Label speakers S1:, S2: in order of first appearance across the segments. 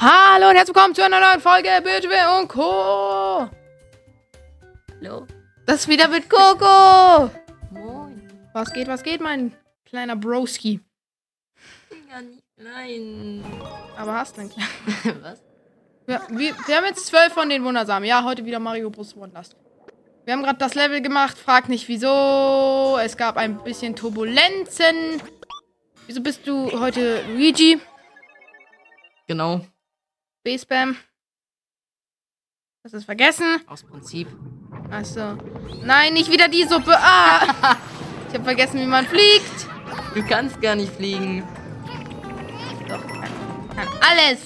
S1: Hallo und herzlich willkommen zu einer neuen Folge Bitwe und Co.
S2: Hallo.
S1: Das ist wieder mit Coco.
S2: Moin.
S1: Was geht, was geht, mein kleiner Broski?
S2: Ja, nicht. Nein.
S1: Aber hast du einen kleinen.
S2: Was?
S1: Wir, wir, wir haben jetzt zwölf von den Wundersamen. Ja, heute wieder Mario Bros. Wonderst. Wir haben gerade das Level gemacht. Frag nicht wieso. Es gab ein bisschen Turbulenzen. Wieso bist du heute Luigi?
S2: Genau.
S1: B-Spam. Hast du es vergessen?
S2: Aus Prinzip.
S1: Achso. Nein, nicht wieder die Suppe. Ah! Ich habe vergessen, wie man fliegt.
S2: Du kannst gar nicht fliegen.
S1: Kann alles.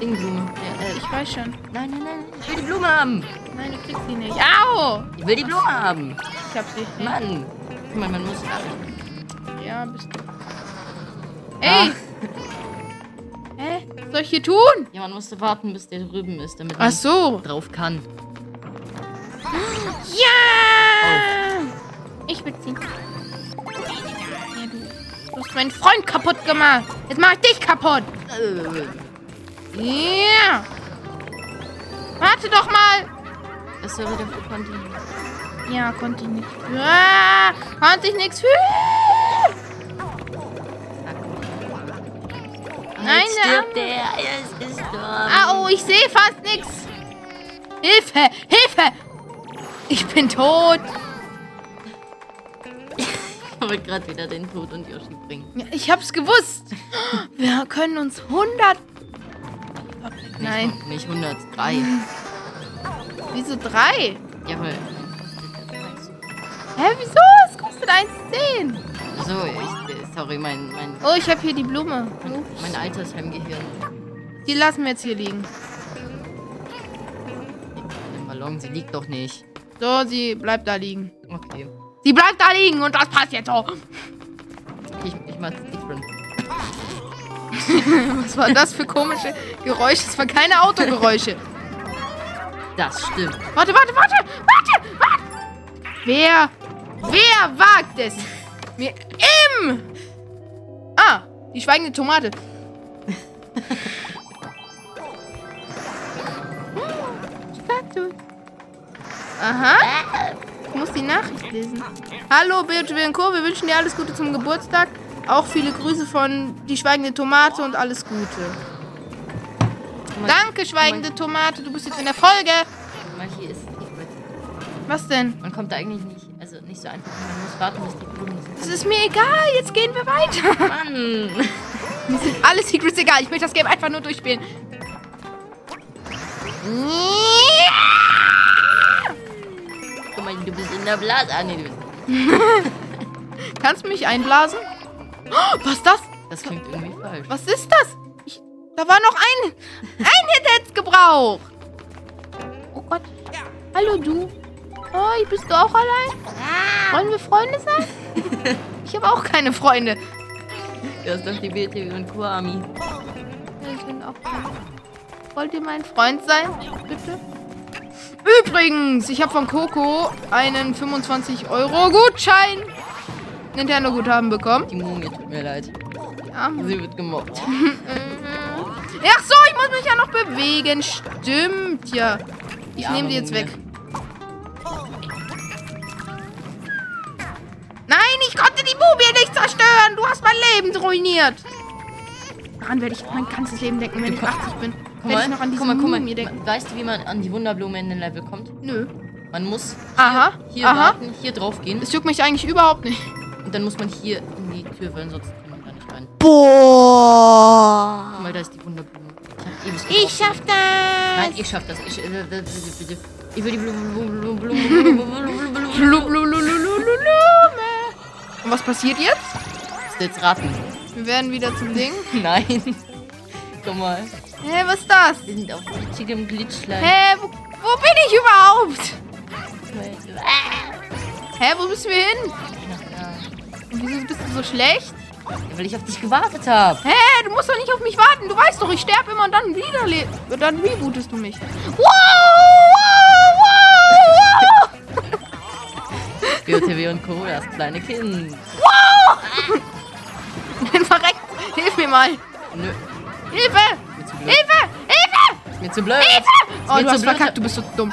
S2: Dingblume. Ja, äh,
S1: Ich weiß schon.
S2: nein, nein, nein. Ich will die Blume haben.
S1: Nein, du kriegst die nicht. Au!
S2: Ich will die Blume haben.
S1: Ich hab sie.
S2: Mann. Ich meine, man muss achten.
S1: Ja, bist du. Ey! Hä? Was soll ich hier tun?
S2: Ja, man musste warten, bis der drüben ist, damit man
S1: Ach so.
S2: drauf kann.
S1: Ja! Ich will ziehen. Ja, du, du hast meinen Freund kaputt gemacht. Jetzt mach ich dich kaputt.
S2: Äh,
S1: Ja! Warte doch mal!
S2: Das war wieder für Kontinent.
S1: Ja, konnte ich nicht. Ah, konnte ich nichts fühlen. Nein,
S2: Jetzt
S1: der
S2: stirbt der. Es ist doch.
S1: Au, Ah, oh, ich sehe fast nichts. Hilfe, Hilfe! Ich bin tot.
S2: Ich wollte gerade wieder den Tod und Yoshi bringen.
S1: Ja, Ich hab's gewusst. Wir können uns 100...
S2: Nicht,
S1: Nein,
S2: Nicht 103.
S1: wieso drei?
S2: Jawohl.
S1: Hä, wieso? Es kostet 1,10.
S2: So, ich, sorry, mein, mein,
S1: Oh, ich hab hier die Blume.
S2: mein Altersheimgehirn
S1: Die lassen wir jetzt hier liegen.
S2: im Ballon, sie liegt doch nicht.
S1: So, sie bleibt da liegen.
S2: Okay.
S1: Sie bleibt da liegen und das passt jetzt auch.
S2: Ich, ich mach Speedrun.
S1: Was war das für komische Geräusche? Das waren keine Autogeräusche.
S2: Das stimmt.
S1: Warte, warte, warte, warte, warte! Wer, wer wagt es? Mir im! Ah, die schweigende Tomate. Statue. Aha. Ich muss die Nachricht lesen. Hallo, Beatrice und Co. Wir wünschen dir alles Gute zum Geburtstag. Auch viele Grüße von die schweigende Tomate und alles Gute.
S2: Guck mal,
S1: Danke, schweigende Tomate. Du bist jetzt in der Folge.
S2: guck mal, hier ist Speedrun.
S1: Was denn?
S2: Man kommt da eigentlich nicht, also nicht so einfach. Man muss warten, bis die Blumen
S1: Es
S2: sind.
S1: ist mir egal, jetzt gehen wir weiter.
S2: Mann!
S1: Mir sind alle Secrets egal. Ich möchte das Game einfach nur durchspielen.
S2: Guck mal, du bist in der Blase. Ah, nee, du bist.
S1: Kannst du mich einblasen? Oh, was ist das?
S2: Das klingt irgendwie falsch.
S1: Was ist das? Ich, da war noch ein. Ein Hit hätte gebraucht. Oh Gott. Hallo du. Hi, bist du auch allein? Wollen wir Freunde sein? Ich habe auch keine Freunde.
S2: Das ist doch die BTW und Kuami.
S1: Wir sind auch Wollt ihr mein Freund sein? Bitte? Übrigens, ich habe von Coco einen 25-Euro-Gutschein Nintendo-Guthaben bekommen.
S2: Die Mumie tut mir leid.
S1: Ja.
S2: Sie wird gemobbt.
S1: Ach so, ich muss mich ja noch bewegen. Stimmt ja. Ich
S2: arme
S1: nehme die jetzt
S2: Mumie.
S1: weg. Nein, ich konnte die Mumie nicht zerstören. Du hast mein Leben ruiniert. Daran werde ich mein ganzes Leben denken, wenn ich 80 bin.
S2: Guck
S1: Werde
S2: mal,
S1: ich noch an diese
S2: guck mal, guck mal.
S1: Mumie denken.
S2: Weißt du, wie man an die Wunderblume in den Level kommt?
S1: Nö.
S2: Man muss
S1: Aha.
S2: hier
S1: Aha.
S2: warten, hier drauf gehen.
S1: Das juckt mich eigentlich überhaupt nicht.
S2: Und dann muss man hier in die Tür, weil sonst kann man da nicht rein.
S1: Boah.
S2: Guck mal, da ist die Wunderblume. Ich hab
S1: Ich schaff
S2: ewig gebraucht.
S1: das.
S2: Nein, ich schaff das. Ich, äh, äh, bitte. ich will die Blume. Blume, Blume, Blume, Blume, Blume, Blume.
S1: Blululululululume. Und was passiert jetzt?
S2: Musst du jetzt raten.
S1: Wir werden wieder zum Ding.
S2: Nein. Guck mal.
S1: Hä, hey, was ist das?
S2: Wir sind auf richtigem Glitchlein.
S1: Hä, wo, wo bin ich überhaupt?
S2: Ah,
S1: Hä, wo müssen wir hin?
S2: Ja,
S1: Und wieso bist du so schlecht?
S2: weil ich auf dich gewartet habe.
S1: Hä, du musst doch nicht auf mich warten. Du weißt doch, ich sterbe immer und dann wieder le und dann rebootest du mich. Wow, wow, wow, wow.
S2: BOTW und Co. Das kleine Kind.
S1: Dann verreckt. Hilf mir mal.
S2: Nö.
S1: Hilfe!
S2: Mir zu blöd.
S1: Hilfe! Hilfe!
S2: Ist Mir zu blöd. Ist
S1: Oh,
S2: mir
S1: du
S2: zu
S1: hast
S2: blöd.
S1: verkackt, du bist so dumm.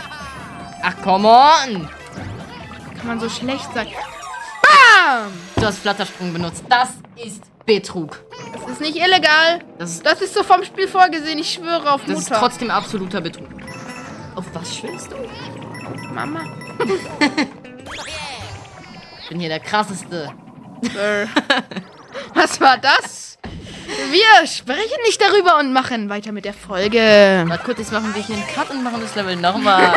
S2: Ach, come on.
S1: Kann man so schlecht sein. Bam!
S2: Du hast Flattersprung benutzt. Das ist Betrug.
S1: Das ist nicht illegal.
S2: Das ist,
S1: Das ist so vom Spiel vorgesehen, ich schwöre auf
S2: das ist
S1: Mutter.
S2: trotzdem absoluter Betrug. Auf was schwörst du?
S1: Mama.
S2: Ich bin hier der krasseste.
S1: Äh, Was war das? Wir sprechen nicht darüber und machen weiter mit der Folge.
S2: Warte kurz, jetzt machen wir hier einen Cut und machen das Level nochmal.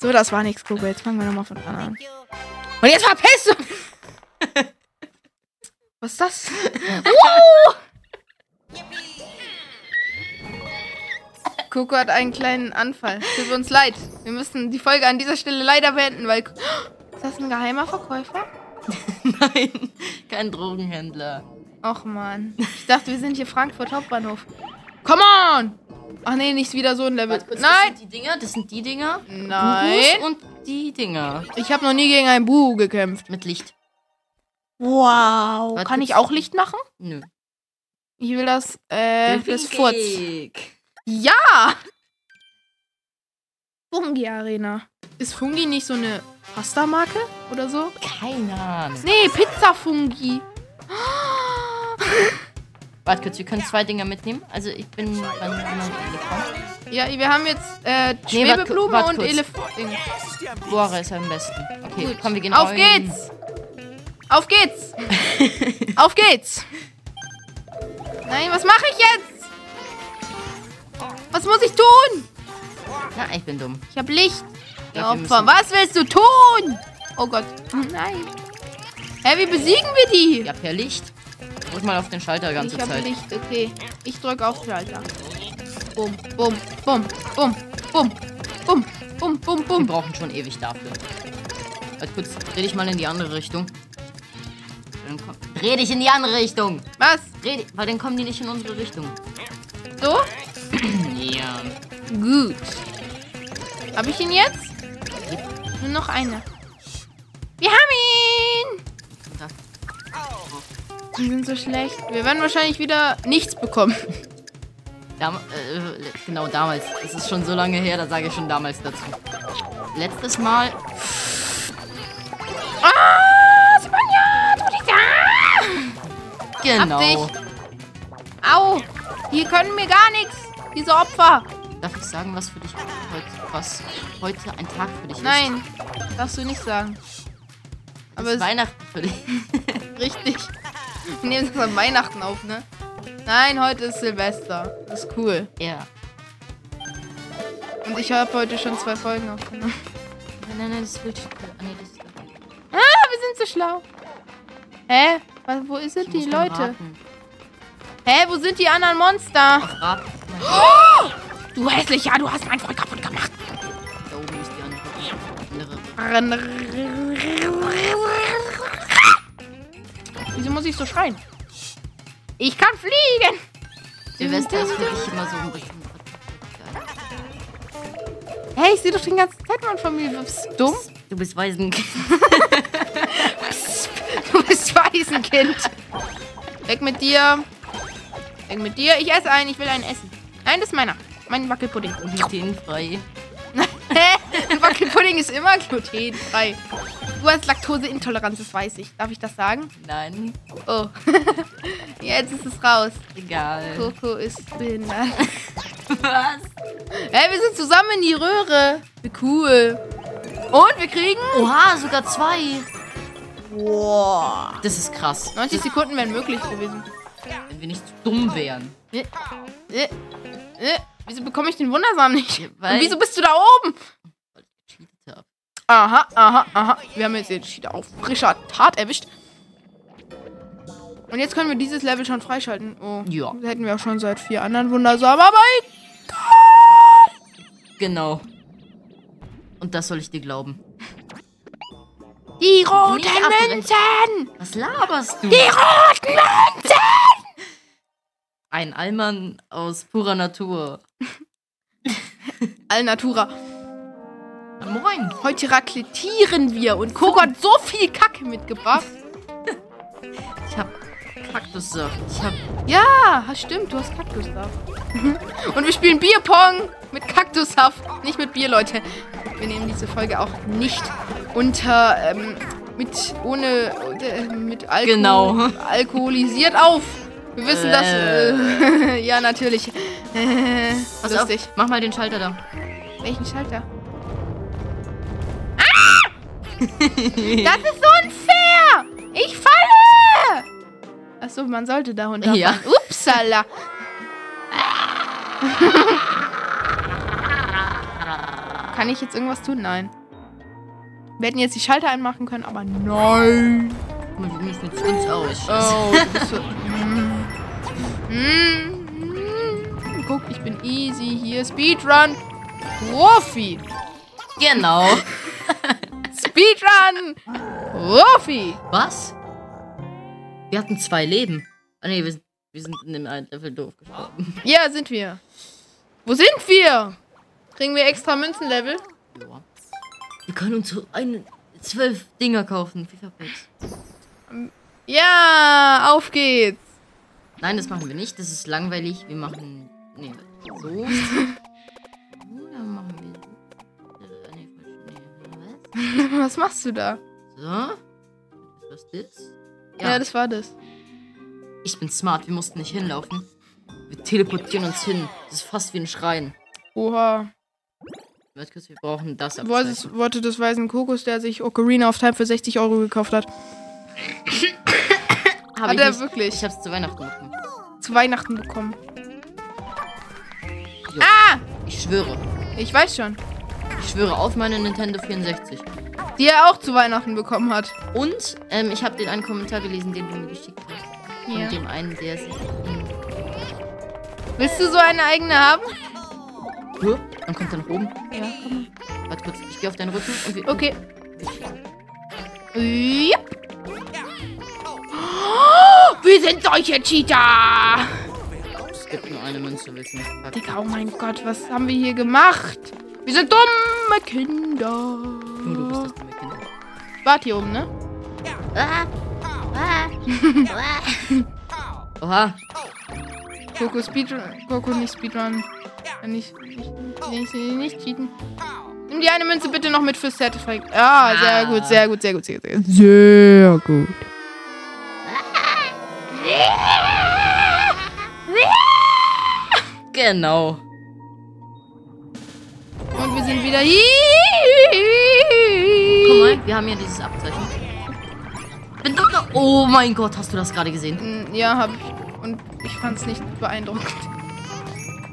S1: So, das war nichts, Google. Jetzt fangen wir nochmal von vorne an. Und jetzt verpisst du! Was ist das? Uh! Wow! Coco hat einen kleinen Anfall. Tut uns leid. Wir müssen die Folge an dieser Stelle leider beenden, weil. Ist das ein geheimer Verkäufer?
S2: Nein, kein Drogenhändler.
S1: Och man. Ich dachte, wir sind hier Frankfurt Hauptbahnhof. Come on! Ach nee, nicht wieder so ein Level.
S2: Warte kurz,
S1: Nein!
S2: das sind die Dinger, das sind die Dinger.
S1: Nein!
S2: Gurus Und die Dinger.
S1: Ich habe noch nie gegen ein Buhu gekämpft.
S2: Mit Licht.
S1: Wow.
S2: Warte
S1: Kann
S2: kurz.
S1: ich auch Licht machen?
S2: Nö.
S1: Ich will das, äh, das Furz.
S2: Pinkig.
S1: Ja! Fungi Arena. Ist Fungi nicht so eine Pasta-Marke oder so?
S2: Keine Ahnung.
S1: Nee, Pizza Fungi.
S2: Warte kurz, wir können zwei Dinger mitnehmen. Also ich bin beim Elefant.
S1: Ja, wir haben jetzt äh,
S2: Nee, warte ku-
S1: Schwebeblume
S2: warte
S1: und
S2: kurz.
S1: Elefanten.
S2: Bohrer ist am besten. Okay, komm, wir gehen
S1: Auf
S2: rein.
S1: geht's! Auf geht's! Auf geht's! Nein, was mache ich jetzt? Was muss ich tun?
S2: Na, ich bin dumm.
S1: Ich hab Licht.
S2: wir
S1: Ja, Opfer.
S2: müssen-
S1: Was willst du tun? Oh Gott. Nein. Hä, wie besiegen wir die?
S2: Ja, per Licht. Drück mal auf den Schalter die ganze
S1: ich hab
S2: Zeit.
S1: Licht, okay. Ich drück auf Schalter. Bum, bum, bum, bum, bum, bum, bum, bum,
S2: Wir
S1: bum.
S2: brauchen schon ewig dafür. Warte kurz, dreh dich mal in die andere Richtung. Dann komm, dreh dich in die andere Richtung.
S1: Was?
S2: Dreh dich, weil dann kommen die nicht in unsere Richtung.
S1: So?
S2: Ja.
S1: Gut. Hab ich ihn jetzt? Nur noch eine. Wir haben ihn! Die sind so schlecht. Wir werden wahrscheinlich wieder nichts bekommen.
S2: Dam äh, genau damals. Es ist schon so lange her, da sage ich schon damals dazu. Letztes Mal.
S1: Ah, Spanier, tu dich da!
S2: Genau.
S1: dich. Au! Die können mir gar nichts, diese Opfer.
S2: Darf ich sagen, was für dich heute, was heute ein Tag für dich ist?
S1: Nein, darfst du nicht sagen.
S2: Es
S1: Aber
S2: ist
S1: es ist
S2: Weihnachten für dich.
S1: richtig. Wir nehmen es an Weihnachten auf, ne? Nein, heute ist Silvester. Das ist cool.
S2: ja.
S1: Und ich habe heute schon zwei Folgen ne? aufgenommen.
S2: Nein, nein, nein, das ist Wildschwein. Ah, nee, das ist
S1: Ah, wir sind so schlau. Hä? Was, wo sind
S2: Ich
S1: die
S2: muss dann
S1: Leute?
S2: Raten.
S1: Hä, wo sind die anderen Monster?
S2: Raten. Nein,
S1: Du hässlicher, du hast meinen Freund kaputt gemacht.
S2: Da oben ist die andere. andere.
S1: Wieso muss ich so schreien? Ich kann fliegen.
S2: Silvester ist für dich immer so ein bisschen.
S1: Hey, ich sehe doch den ganzen Zeitmann von mir. Bist du dumm?
S2: Du bist Waisenkind.
S1: Du bist Waisenkind. Weg mit dir. Weg mit dir. Ich esse einen. Ich will einen essen. Nein, das ist meiner. Mein Wackelpudding.
S2: Und glutenfrei.
S1: Hä? Ein Wackelpudding ist immer glutenfrei. Du hast Laktoseintoleranz, das weiß ich. Darf ich das sagen?
S2: Nein,
S1: Oh. Jetzt ist es raus.
S2: egal.
S1: Coco ist behindert.
S2: Was?
S1: Hey, wir sind zusammen in die Röhre. Wie cool. Und wir kriegen.
S2: Oha, sogar zwei.
S1: Wow.
S2: Das ist krass.
S1: 90 Sekunden wären möglich gewesen.
S2: Wenn wir nicht so dumm wären.
S1: Äh, äh, äh, Wieso bekomme ich den Wundersamen nicht?
S2: Weil-
S1: Und wieso bist du da oben?
S2: Cheatet ab.
S1: Aha, aha, aha. Wir haben jetzt den Cheater auf frischer Tat erwischt. Und jetzt können wir dieses Level schon freischalten. Oh.
S2: Ja.
S1: Das hätten wir auch schon seit vier anderen Wundersamen. Aber
S2: Genau. Und das soll ich dir glauben.
S1: die roten
S2: Nicht abbrechen.
S1: Münzen!
S2: Was laberst du?
S1: Die roten Münzen!
S2: Ein Allmann aus purer Natur.
S1: Allnatura.
S2: Moin.
S1: Heute raclettieren wir und Coco hat so viel Kacke mitgebracht.
S2: Ich hab Kaktussaft. Ich hab.
S1: Ja, ha- stimmt, du hast Kaktussaft. Und wir spielen Bierpong mit Kaktussaft, nicht mit Bier, Leute. Wir nehmen diese Folge auch nicht unter ähm, mit ohne äh, mit Alkohol
S2: Genau.
S1: alkoholisiert auf. Wir wissen das. Äh, ja, natürlich. Äh,
S2: Pass auf,
S1: lustig.
S2: mach mal den Schalter da.
S1: Welchen Schalter? Ah! Das ist unfair! Ich falle! Achso, man sollte da runterfallen.
S2: Ja.
S1: Upsala. Kann ich jetzt irgendwas tun? Nein. Wir hätten jetzt die Schalter einmachen können, aber nein.
S2: Guck mal, wir müssen jetzt ganz aus.
S1: Oh, du bist so. Mm. Mm. Guck, ich bin easy hier. Speedrun. Profi.
S2: Genau.
S1: Speedrun! Profi!
S2: Was? Wir hatten zwei Leben. Ah nee, wir sind, wir sind in dem einen Level doof gestorben.
S1: Ja, sind wir. Wo sind wir? Kriegen wir extra Münzenlevel?
S2: Joa. Wir können uns so eine, zwölf Dinger kaufen. FIFA Packs.
S1: Ja, auf geht's.
S2: Nein, das machen wir nicht. Das ist langweilig. Wir machen. Nee, so. Oder machen wir. Äh, nee, falsch. Nee,
S1: Was machst du da?
S2: was? So. Was ist das?
S1: Ja, das war das.
S2: Ich bin smart, wir mussten nicht hinlaufen. Wir teleportieren uns hin. Das ist fast wie ein Schrein.
S1: Oha.
S2: Warte kurz, Wir brauchen das Abzeichen.
S1: Wolltest- Worte des weisen Kokos, der sich Ocarina of Time für 60 Euro gekauft hat.
S2: Hab
S1: Hat
S2: ich
S1: er
S2: nicht.
S1: wirklich?
S2: Ich hab's zu Weihnachten bekommen.
S1: Zu Weihnachten bekommen.
S2: Jo.
S1: Ah!
S2: Ich schwöre.
S1: Ich weiß schon.
S2: Ich schwöre auf meine Nintendo 64.
S1: Die er auch zu Weihnachten bekommen hat.
S2: Und ähm, ich habe den einen Kommentar gelesen, den du mir geschickt hast. Von
S1: Ja.
S2: dem einen, der sich in...
S1: Willst du so eine eigene haben?
S2: Huh? Dann kommt er nach oben.
S1: Ja, komm.
S2: Warte kurz, ich gehe auf deinen Rücken und wir...
S1: Okay. Ja. wir sind solche Cheater!
S2: Es gibt nur eine Münze, willst du nicht packen?
S1: Digga, oh mein Gott, was haben wir hier gemacht? Wir sind dumme Kinder.
S2: Nur Oh, du bist das dumme Kind.
S1: Wart hier oben, ne?
S2: Ah! Ah! Oha!
S1: Coco Speedrun. Coco nicht Speedrun. Ja, Nicht, nicht, nicht, nicht cheaten. Nimm die eine Münze bitte noch mit fürs Set. Frank. Ah, sehr
S2: Ah.
S1: gut, sehr gut, sehr gut, sehr gut. Sehr gut.
S2: Genau.
S1: Und wir sind wieder hier.
S2: Guck mal, wir haben ja dieses Abzeichen. Bin doch noch. Oh mein Gott, hast du das gerade gesehen?
S1: Mm, Ja, hab ich. Und ich fand's nicht beeindruckend.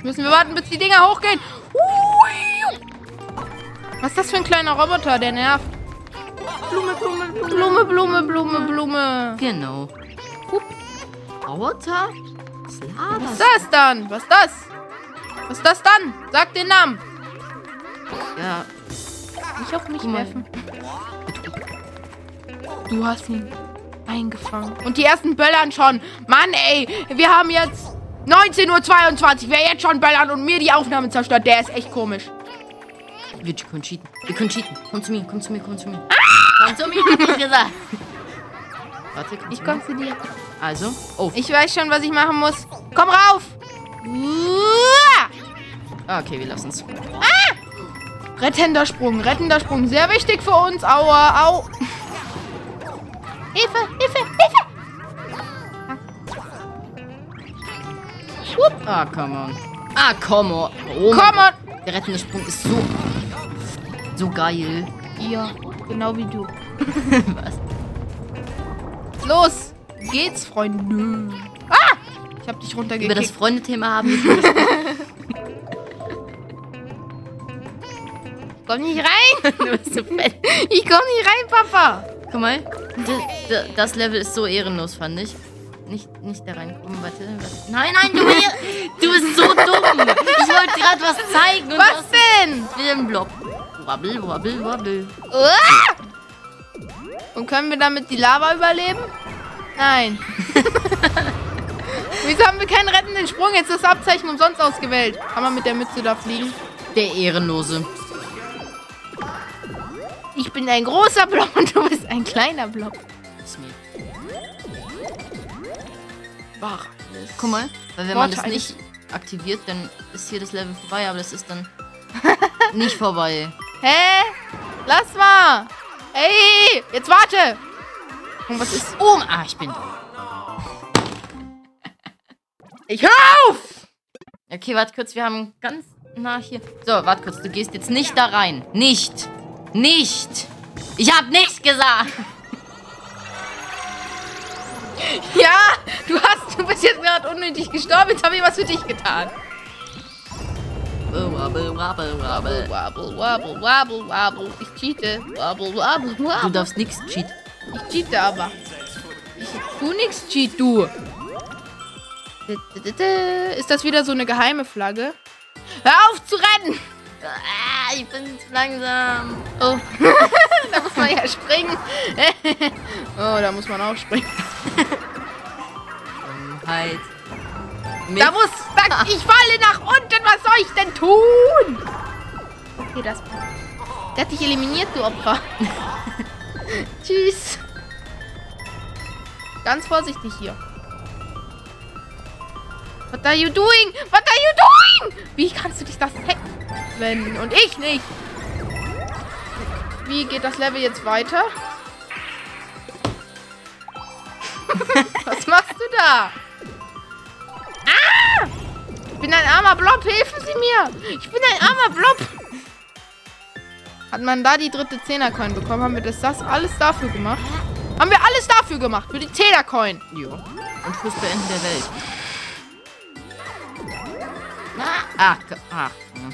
S1: Müssen wir warten, bis die Dinger hochgehen. Hui. Was ist das für ein kleiner Roboter, der nervt? Blume, Blume, Blume, Blume, Blume, Blume.
S2: Genau. Hup. Roboter? Was
S1: Was
S2: laberst
S1: ist das dann? Was ist das? Was ist das dann? Sag den Namen.
S2: du? Ja,
S1: Nicht auf mich
S2: Guck mal.
S1: werfen. Du hast ihn eingefangen. Und die ersten böllern schon. Mann, ey, wir haben jetzt 19.22 Uhr. Wer jetzt schon böllern und mir die Aufnahme zerstört, der ist echt komisch.
S2: wir können cheaten. Wir können cheaten. Komm zu mir, komm zu mir, komm zu mir. Komm zu mir, hab ich gesagt. Warte, komm
S1: Ich
S2: zu
S1: komm
S2: mir.
S1: zu dir.
S2: Also, oh,
S1: Ich weiß schon, was ich machen muss. Komm rauf! Uah!
S2: ah, okay, wir lassen's.
S1: Rettender Sprung, rettender Sprung, sehr wichtig für uns. Aua, au. Hilfe, Hilfe, Hilfe!
S2: Ah, come on. Ah, come on. Oh mein
S1: Komm on!
S2: Gott, Der rettende Sprung ist so. so geil.
S1: Ja, genau wie du.
S2: Was?
S1: Los, geht's, Freunde. Ah! Ich hab dich
S2: Über das
S1: runtergekickt.
S2: Freundethema haben wir.
S1: Komm nicht rein!
S2: Du bist so fett.
S1: Ich komm nicht rein, Papa!
S2: Guck mal, d- d- das Level ist so ehrenlos, fand ich. Nicht, nicht da reinkommen, warte, warte. Nein, nein, du, hier, du bist so dumm. Ich wollte gerade was zeigen und
S1: Was
S2: was
S1: denn?
S2: mit dem Blob. Wabbel, wabbel, wabbel.
S1: Uah! Ah! Und können wir damit die Lava überleben? Nein. Wieso haben wir keinen rettenden Sprung? Jetzt ist das Abzeichen umsonst ausgewählt. Kann man mit der Mütze da fliegen?
S2: Der Ehrenlose.
S1: Ich bin ein großer Blob und du bist ein kleiner Blob.
S2: Ist mir-
S1: Wahre.
S2: Guck mal, weil wenn man das
S1: Worte
S2: nicht aktiviert, dann ist hier das Level vorbei, aber das ist dann nicht vorbei.
S1: Hä? Lass mal! Ey, jetzt warte! Und was ist.
S2: Oh, ah, ich bin da.
S1: Ich hör auf!
S2: Okay, warte kurz, wir haben ganz nah hier. So, warte kurz, du gehst jetzt nicht da rein. Nicht! Nicht! Ich hab nichts gesagt!
S1: Ja, du hast, du bist jetzt gerade unnötig gestorben. Jetzt habe ich was für dich getan.
S2: Wobble, wobble, wobble.
S1: Wobble, wobble, wobble, wobble. Ich cheate. Wobble, wobble,
S2: Du
S1: wobble.
S2: darfst nichts cheaten.
S1: Ich cheate aber. Ich tu nix cheat, du. Ist das wieder so eine geheime Flagge? Hör auf zu rennen!
S2: Ah, ich bin zu langsam.
S1: Oh, da muss man ja springen. oh, da muss man auch springen.
S2: Halt. Mit
S1: Da muss. Da, ich falle nach unten. Was soll ich denn tun? Okay, das. Der hat dich eliminiert, du Opfer. Tschüss. Ganz vorsichtig hier. What are you doing? What are you doing? Wie kannst du dich das hacken? Und ich nicht. Wie geht das Level jetzt weiter? Was machst du da? Ich bin ein armer Blob, helfen Sie mir! Ich bin ein armer Blob! Hat man da die dritte Zehner-Coin bekommen? Haben wir das, das alles dafür gemacht? Haben wir alles dafür gemacht, für die Zehner-Coin!
S2: Jo. Und fürs Beenden der Welt. Ah, ah, ge- ah. hm.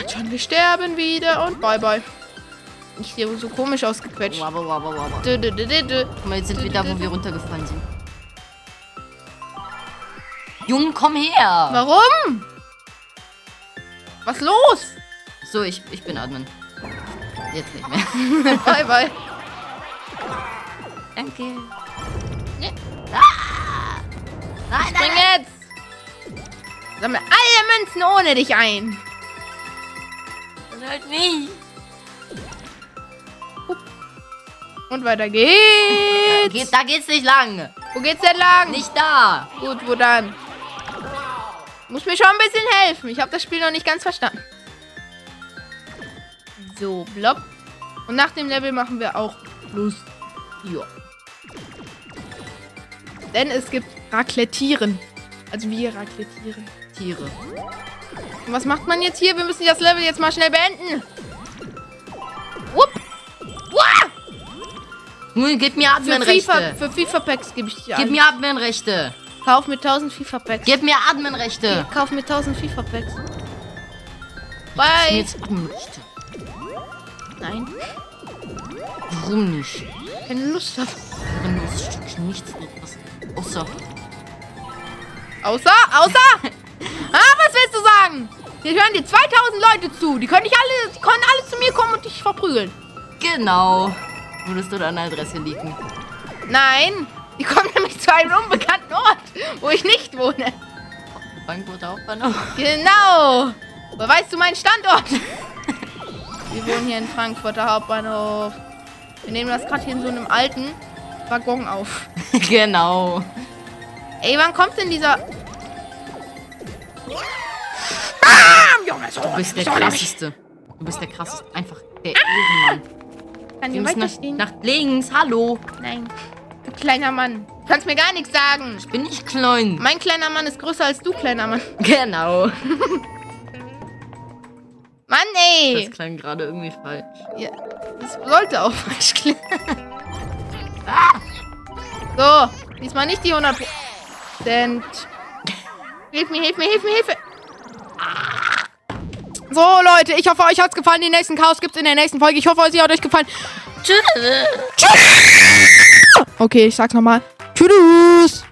S1: Hat schon, wir sterben wieder und bye bye. Ich sehe so komisch ausgequetscht.
S2: Wabba, wabba, wabba.
S1: Dö, dö, dö, dö, dö.
S2: Guck mal, jetzt sind wir da, wo wir runtergefallen sind. Jung, komm her!
S1: Warum? Was los?
S2: So, ich, ich bin Admin. Jetzt nicht mehr.
S1: bye bye.
S2: Danke.
S1: Nee.
S2: Ah! Nein,
S1: Spring jetzt! Sammle alle Münzen ohne dich ein!
S2: nein, halt nicht.
S1: Und weiter geht's!
S2: Geht, da geht's nicht lang.
S1: Wo geht's denn lang?
S2: Nicht da.
S1: Gut, wo dann? Muss mir schon ein bisschen helfen. Ich habe das Spiel noch nicht ganz verstanden. So, blopp. Und nach dem Level machen wir auch Plus. Ja. Denn es gibt Raclettieren. Also wir raclettieren.
S2: Tiere.
S1: Und was macht man jetzt hier? Wir müssen das Level jetzt mal schnell beenden. Upp. Uah!
S2: Nun, gib mir
S1: Für FIFA,
S2: Adminrechte.
S1: für FIFA Packs gebe ich dir
S2: Gib
S1: an.
S2: mir Adminrechte.
S1: Kauf mir 1000 FIFA Packs.
S2: Gib mir Adminrechte.
S1: Kauf mir 1000 FIFA Packs.
S2: Gib mir
S1: Bye.
S2: jetzt Adminrechte.
S1: Nein,
S2: Warum nicht?
S1: keine Lust auf.
S2: Wenn du das Stückchen nichts etwas. Außer.
S1: Außer, außer. ah, was willst du sagen? Hier hören dir 2000 Leute zu. Die können dich alle, die können alle zu mir kommen und dich verprügeln.
S2: Genau. Würdest du deine Adresse liegen?
S1: Nein, die kommen nämlich zu einem unbekannten Ort, wo ich nicht wohne.
S2: Frankfurter Hauptbahnhof.
S1: Genau. Woher weißt du meinen Standort? Wir wohnen hier in Frankfurter Hauptbahnhof. Wir nehmen das gerade hier in so einem alten Waggon auf.
S2: genau.
S1: Ey, wann kommt denn dieser.
S2: Du bist der krasseste. Du bist der krasseste. Einfach der Ehrenmann.
S1: Kann
S2: Wir
S1: hier
S2: müssen
S1: weiterstehen?
S2: nach, nach links. Hallo.
S1: Nein. Du kleiner Mann. Du kannst mir gar nichts sagen.
S2: Bin ich klein?
S1: Mein kleiner Mann ist größer als du, kleiner Mann.
S2: Genau.
S1: Mann,
S2: Das
S1: ey.
S2: klang gerade irgendwie falsch.
S1: Ja, das sollte auch falsch klingen. Ah. So, diesmal nicht die 100 Prozent. Hilf mir, hilf mir, hilf mir, hilf mir. Ah. So, Leute, ich hoffe, euch hat's gefallen. Den nächsten Chaos gibt's in der nächsten Folge. Ich hoffe, sie hat euch gefallen.
S2: Tschüss.
S1: Okay, ich sag's nochmal. Tschüss.